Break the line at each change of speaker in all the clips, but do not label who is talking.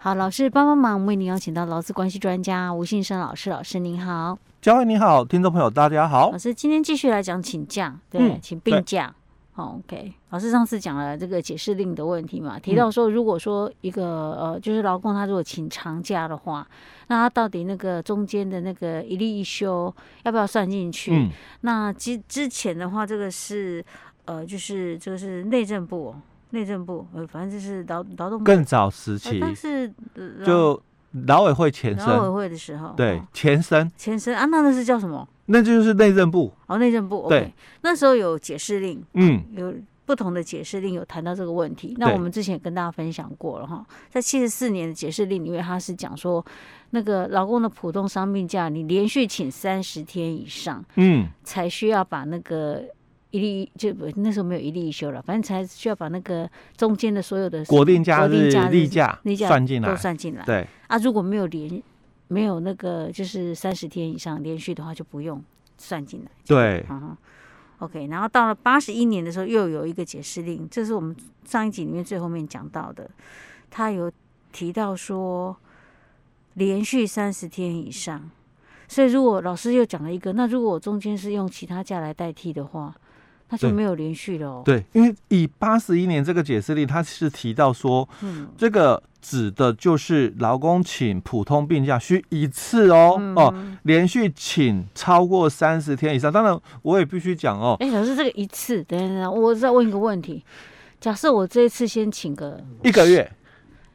好，老师帮帮忙，我们为您邀请到劳资关系专家吴信生老师，老师您好，
嘉惠你好，听众朋友大家好
老。师今天继续来讲请假，对，
嗯
请病假。好、o k 老师上次讲了这个解释令的问题
嗯
嘛，提到说，如果说一个、呃，就是劳工他如果请长假的话，那他到底那个中间的那个一例一休要不要算进去？
嗯，
那之之前的话，这个是呃，就是这个是内政部、哦，内政部，呃，反正就是劳劳动部，
更早时
呃
期
但是呃
就劳委会前
劳劳委
身，
会的时候，
对
哦
前身，
前身啊，那那是叫什么？
那就是内政部。
哦，内政部，OK，
对
那时候有解释令，
嗯，
有不同的解释令有谈到这个问题。那
对
我们之前也跟大家分享过了哈，在七十四年的解释令里面，它是讲说，那个劳工的普通伤病假，你连续请三十天以上，
嗯，
才需要把那个一例一就不那时候没有一例一休了，反正才需要把那个中间的所有的
国定假
国定
日
假日
例假
例假
算进
都
来，
算进来。
对
啊，如果没有连没有那个就是三十天以上连续的话，就不用算进来。
对，
嗯哼，OK，然后到了八十一年的时候，又有一个解释令，这是我们上一集里面最后面讲到的，他有提到说连续三十天以上，所以如果老师又讲了一个，那如果我中间是用其他假来代替的话，那就
对
没有连续了哦。
对，因为以八十一年这个解释例，它是提到说，
嗯
这个指的就是劳工请普通病假需一次哦、
嗯
哦，连续请超过三十天以上。当然，我也必须讲哦，
哎、老师，这个一次，等一下等一下，我再问一个问题，假设我这一次先请个
一个月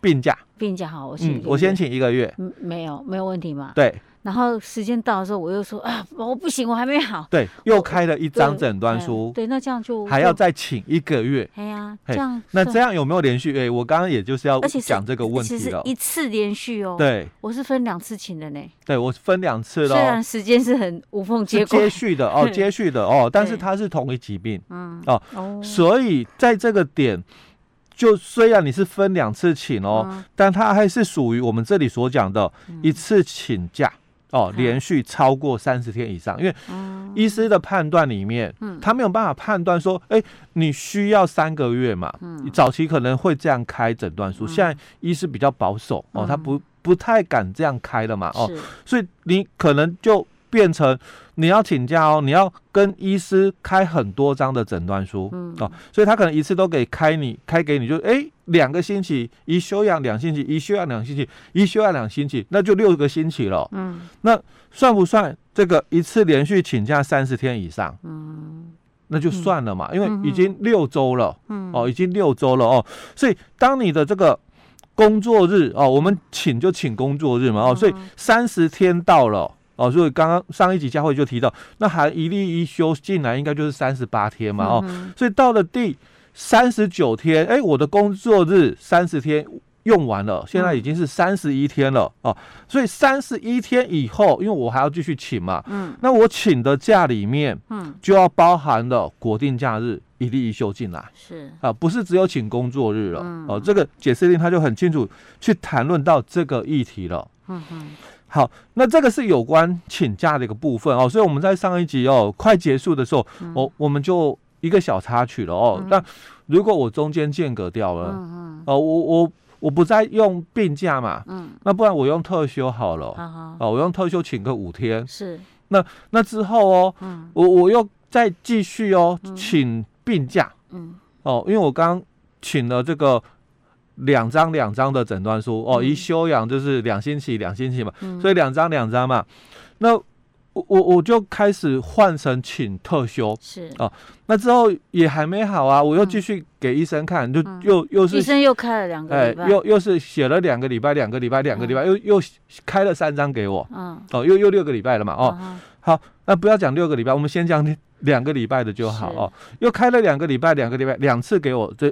病假，
病假好，我请一
嗯
个，月、
我先请一个月，
嗯，没有没有问题嘛？
对
然后时间到的时候，我又说啊，我不行，我还没好。
对，又开了一张
对
诊断
哎
书，
对，那这样就
还要
就
再请一个月。
哎呀，这
嘿
样
那
算
这样有没有连续？哎、我刚刚也就是要
而且是
讲这个问
其
题
实
了。
一次连续哦。，
对
我是分两次请的呢，
对，我分两次
虽
喽
然，时间是很无缝
是
接轨
接续的哦，接续的哦，但是
对
它是同一疾病。
哦，
所以在这个点，就虽然你是分两次请哦，
嗯
但它还是属于我们这里所讲的一次请假。哦，
嗯
连续超过三十天以上，因为
嗯
医师的判断里面，他没有办法判断说，哎、你需要三个月嘛？早期可能会这样开诊断书，现在医师比较保守哦，他不不太敢这样开了嘛，哦，
嗯是
所以你可能就变成你要请假哦，你要跟医师开很多张的诊断书，
嗯
哦，所以他可能一次都给开你开给你就，诶哎两个星期一休养两星期，一休养两星期，一休养两星期，那就六个星期了，
嗯
算不算这个一次连续请假三十天以上？
嗯
那就算了嘛，因为已经六周了，
嗯
哦，已经六周了哦，所以当你的这个工作日哦，我们请就请工作日嘛
嗯
哦，所以三十天到了哦，所以刚刚上一集佳慧就提到，那含一例一休进来应该就是三十八天嘛哦，
嗯
所以到了第三十九天，哎，我的工作日三十天。用完了，现在已经是三十一天了、哦，所以三十一天以后，因为我还要继续请嘛，
嗯，
那我请的假里面
嗯
就要包含了国定假日一例一休进来。
是
啊，不是只有请工作日了，
嗯
哦，这个解释令他就很清楚去谈论到这个议题了。
嗯嗯
好，那这个是有关请假的一个部分哦，所以我们在上一集哦快结束的时候，
嗯
哦，我们就一个小插曲了哦。那如果我中间间隔掉了，
嗯嗯
哦，我我我不再用病假嘛，
嗯，
那不然我用特休好了，
好好
哦，我用特休请个五天，
是
那之后哦，
嗯
我我又再继续哦请病假，
嗯
哦，因为我刚请了这个两张两张的诊断书哦，
嗯
一休养就是两星期两星期嘛，
嗯
所以两张两张嘛。那我我我就开始换成请特休，
是
那之后也还没好啊，我又继续给医生看，就
嗯
又又
医
是
生又开了两个
哎
礼拜，
又又是写了两个礼拜两个礼拜两个礼拜，又又开了三张给我
嗯
哦，又又六个礼拜了嘛哦，
哦
好，那不要讲六个礼拜，我们先讲两个礼拜的就好
是
哦。又开了两个礼拜，两个礼拜两次给我，这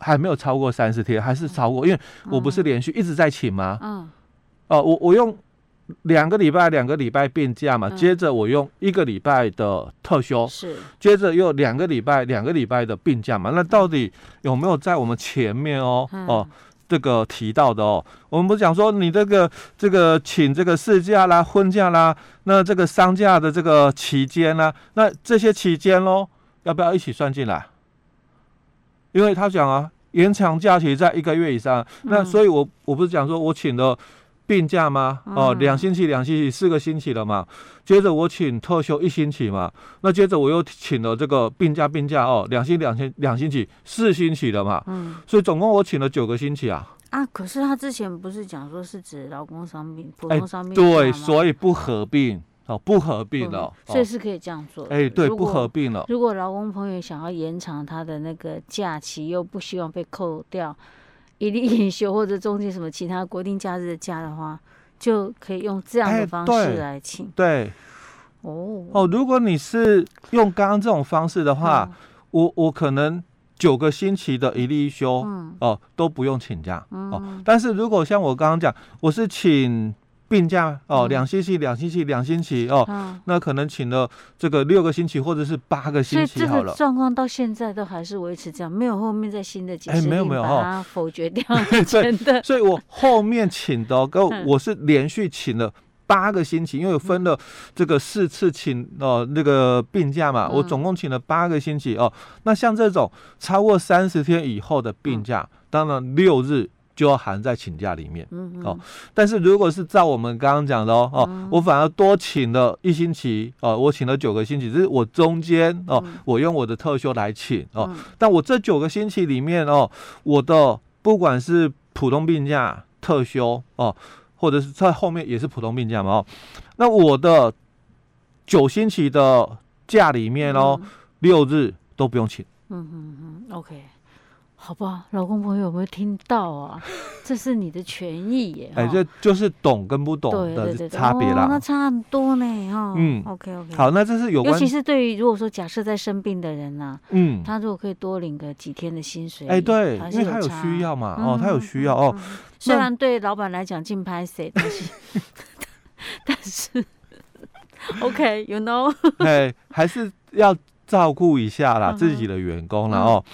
还没有超过三十天，还是超过，因为我
哦
不是连续一直在请吗？
嗯
哦，我我用两个礼拜两个礼拜变价嘛，
嗯
接着我用一个礼拜的特休，
是
接着又两个礼拜两个礼拜的病假嘛，那到底有没有在我们前面哦
嗯
哦这个提到的哦？我们不是讲说你这个这个请这个事假啦、婚假啦，那这个丧假的这个期间啦、那这些期间喽，要不要一起算进来？因为他讲啊，延长假期在一个月以上。那
嗯
所以我，我不是讲说我请了病假吗？哦，
嗯
两星期、两星期，四个星期了嘛。接着我请特休一星期嘛，那接着我又请了这个病假、病假哦，两星、两星、两星期，四星期了嘛。
嗯
所以总共我请了九个星期啊。
啊，可是他之前不是讲说是指劳工伤病、普
哎
通伤病假吗、嗯
对，所以不合并哦，不合并了。
所以
哦，
是可以这样做的。
哎，对，
如
不
果
合并了。
如果劳工朋友想要延长他的那个假期，又不希望被扣掉一例一休或者中间什么其他国定假日的假的话，就可以用这样
哎
的方
对
式来请、
对
哦。
哦，如果你是用刚刚这种方式的话，
嗯
我我可能九个星期的一例一休，
嗯，
哦，都不用请假。
嗯
哦，但是如果像我刚刚讲，我是请病假
嗯
哦，两星期、两星期、两星期哦，
嗯，
那可能请了这个六个星期或者是八个
所以
星期
这
好
个
了。
状况到现在都还是维持这样，没有后面再新的解
哎
释
没有
令
没有
把
哈，
它否决掉
对
真的。
所以我后面请的、哦，跟
嗯
我是连续请了。八个星期，因为我分了这个四次请哦，那个病假嘛，
嗯
我总共请了八个星期哦。那像这种超过三十天以后的病假，当然六日就要含在请假里面。
嗯
哦但是如果是照我们刚刚讲的哦，哦，我反而多请了一星期哦，我请了九个星期，这是我中间哦，
嗯
我用我的特休来请哦，
嗯
但我这九个星期里面哦，我的不管是普通病假、特休哦，或者是在后面也是普通病假嘛哦，那我的九星期的假里面哦，六日都不用请。
嗯嗯嗯，OK，好吧，老公朋友有没有听到啊？这是你的权益耶，
哎，
哈
这就是懂跟不
对
懂
哦对对
的
对
差别
哦，那
啦。
差很多呢，哈、
嗯
，OK OK，，
好，那这是有
尤
关
其是对于如果说假设在生病的人呐、
嗯，
他如果可以多领个几天的薪水，
哎对，
还
因
是
为他有
差
需。要嘛，哦，他有需要哦，
嗯虽
那
然对老板来讲竞拍谁，但是 但是 OK，you、know，
哎，还是要照顾一下啦
嗯哼嗯
自己的员工啦哦。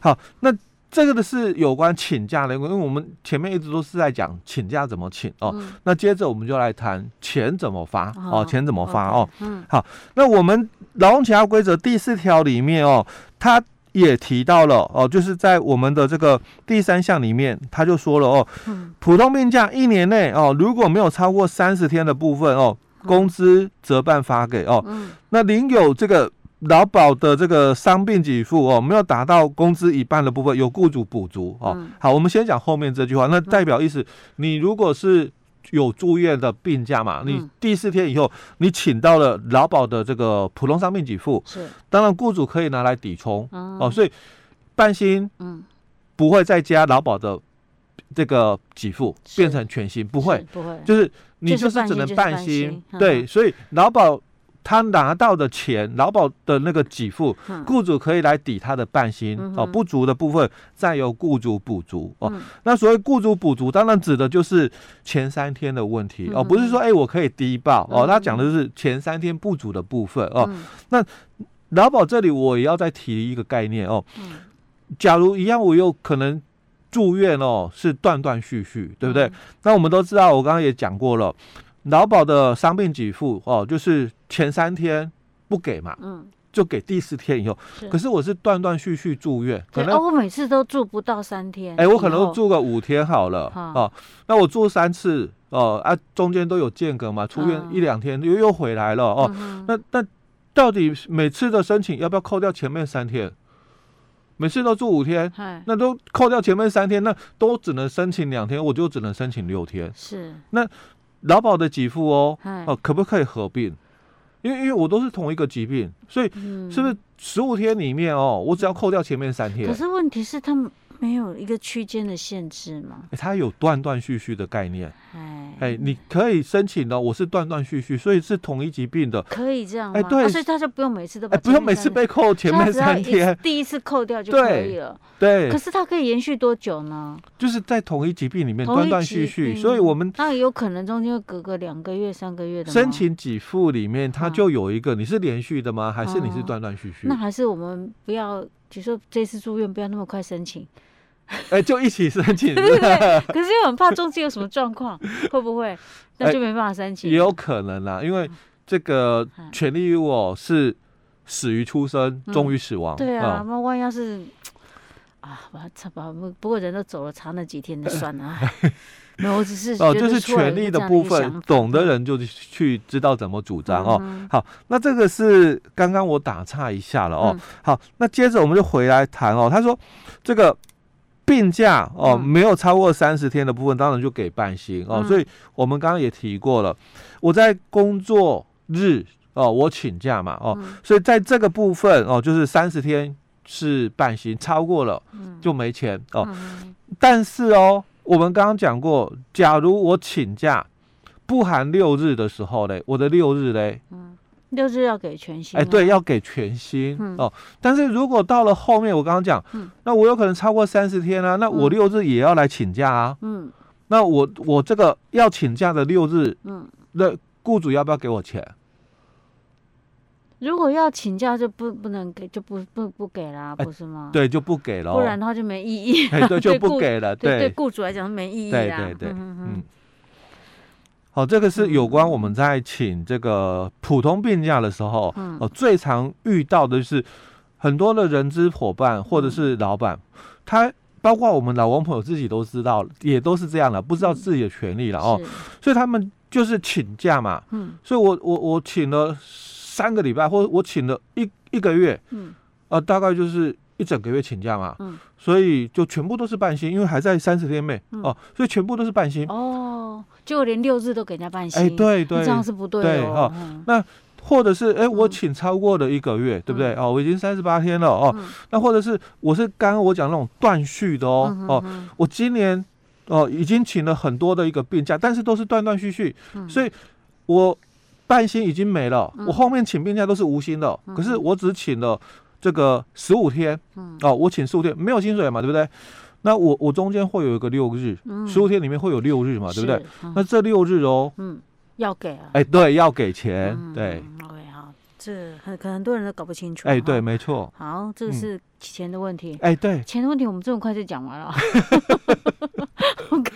好，那这个的是有关请假的，因为我们前面一直都是在讲请假怎么请 哦。
嗯
那接着我们就来谈钱怎么发哦，
哦
钱怎么发
OK，
哦。
嗯
那我们劳动请假规则第四条里面哦，它也提到了哦，就是在我们的这个第三项里面，他就说了哦，
嗯，
普通病假一年内哦，如果没有超过三十天的部分哦，工资折半发给哦。
嗯
那领有这个劳保的这个伤病给付哦，没有达到工资一半的部分，由雇主补足哦。
嗯
好，我们先讲后面这句话，那代表意思，你如果是有住院的病假嘛，你
嗯
第四天以后你请到了劳保的这个普通伤病给付，
是
当然雇主可以拿来抵充
嗯
哦，所以半薪
嗯
不会再加劳保的这个给付，
是
变成全薪，不会
是，不会
就是你
就是
就是
半
只
薪就
能
是
半
半
薪
薪，嗯
对，
哼
所以劳保他拿到的钱，劳保的那个给付，
嗯
雇主可以来抵他的半薪、
嗯
哦，
哼
不足的部分再由雇主补足哦。
嗯
那所谓雇主补足，当然指的就是前三天的问题、哦，
嗯哼
不是说哎、我可以低报哦，
嗯
他讲的是前三天不足的部分哦。
嗯
劳保这里我也要再提一个概念哦，
嗯
假如一样，我有可能住院哦，是断断续续，对不对？
嗯
那我们都知道，我刚刚也讲过了，劳保的伤病给付哦，就是前三天不给嘛，
嗯，
就给第四天以后。
是
可是我是断断续续住院，可
对
能
哦，我每次都住不到三天以后。
哎、我可能住个五天好了
哈
哦，那我住三次哦啊，中间都有间隔嘛，出院
嗯
一两天又又回来了哦。
嗯哼，
那那到底每次的申请要不要扣掉前面三天？每次都住五天，
嗨，
那都扣掉前面三天，那都只能申请两天，我就只能申请六天。
是，
劳保的给付哦，
嗨
哦、，可不可以合并？因为因为我都是同一个疾病，所以
嗯
是不是十五天里面哦，我只要扣掉前面三天
可，是问题是，他们没有一个区间的限制嘛？
诶它有断断续续的概念。
哎，
哎、你可以申请的，我是断断续续，所以是同一疾病的，
可以这样吗？
哎对
啊所以他就不用每次都
哎、
把
不
前面三天，
用每次被扣前面三
所以他只要一
天
次，第一次扣掉就可以了。
对
可，是它可以延续多久呢？
就是在同一疾病里面
同一
断断续
疾
续，
病
所以我们
那有可能中间会隔个两个月、三个月的吗
申。请给付里面，它
嗯
就有一个，你是连续的吗？还是你是
哦
断断续续？
那还是我们不要，比如说这次住院不要那么快申 请，
哎，就一起申 请，
对不对？可是又很怕中间有什么状况， 会不会？那就没办法申请。
哎也有可能啦，因为这个
嗯
权利义务哦是死于出生，
嗯
终于死亡，
对啊，
嗯
那万一要是啊，把差把不过人都走了，查那几天就算了。哎 没有，我只是
哦，
觉
就
得
是
出来有
权
一
利
个
的
这样
部
一个
分
想，法
懂的人就去去知道怎么主张哦。
嗯
好，那这个是刚刚我打岔一下了哦。
嗯
好，那接着我们就回来谈哦。他说这个病假哦、
嗯
没有超过三十天的部分，当然就给半薪哦。
嗯
所以我们刚刚也提过了，我在工作日哦，我请假嘛哦，
嗯
所以在这个部分哦，就是三十天是半薪，超过了
嗯
就没钱哦。
嗯
但是哦，我们刚刚讲过，假如我请假不含六日的时候嘞，我的六日嘞，
六日要给全薪
哎，
啊，
对，要给全薪、
嗯
哦。但是如果到了后面，我刚刚讲，
嗯
那我有可能超过三十天啊，那我
嗯
六日也要来请假啊。
嗯
那我我这个要请假的六日，
嗯，
那雇主要不要给我钱？
如果要请假就不不能给，就不不不给啦，不是吗？，
哎对，就不给了、
不然的话就没意义，
哎，对，就
对
不
雇
给了，
对对，雇主来讲没意义
对
啦。
对对嗯
嗯，
好、哦这个是有关我们在请这个普通病假的时候，
嗯
哦，最常遇到的就是很多的人资伙伴或者是老板，
嗯
他包括我们老王朋友自己都知道，也都是这样的，不
嗯
知道自己的权利了哦，
是，
所以他们就是请假嘛，
嗯
所以我我我请了三个礼拜，或者我请了一一个月，
嗯
呃，大概就是一整个月请假嘛，
嗯
所以就全部都是半薪，因为还在三十天内、
嗯
哦，所以全部都是半薪。
哦，就连六日都给人家办薪，
哎，对
那
对
这，样是不对
对
哦
哦。
嗯
或者是哎，我
嗯
请超过了一个月，对不对？哦，我已经三十八天了哦。
嗯
那或者是我是刚刚我讲那种断续的哦、
嗯
哦，
嗯
我今年哦已经请了很多的一个病假，但是都是断断续续，
嗯
所以我半薪已经没了，
嗯
我后面请病假都是无薪的，可是我只请了这个十五天
嗯
哦，我请十五天没有薪水嘛，对不对？那我我中间会有一个六日，
嗯
十五天里面会有六日嘛，哦对不对？
是？嗯
那这六日哦，
嗯，要给啊。
哎，对，要给钱，
嗯
对，
嗯，OK 好，这很可能很多人都搞不清楚。
哎，
哈
对，，没错，
好，这
嗯
个是钱的问题。
哎，对，
钱的问题我们这么快就讲完 了，
因为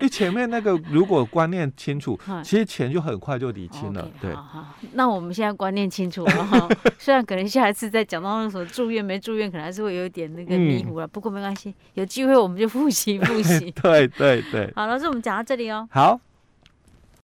哎前面那个如果观念清楚
嗨，
其实钱就很快就理清
嗯
了
哦 OK，，
对
好。好，那我们现在观念清楚了 哈。虽然可能下一次再讲到那什么住院没住院，可能还是会有一点那个迷
嗯
糊了，不过没关系，有机会我们就复习复习。
对对对，
好，老师，我们讲到这里哦。
好，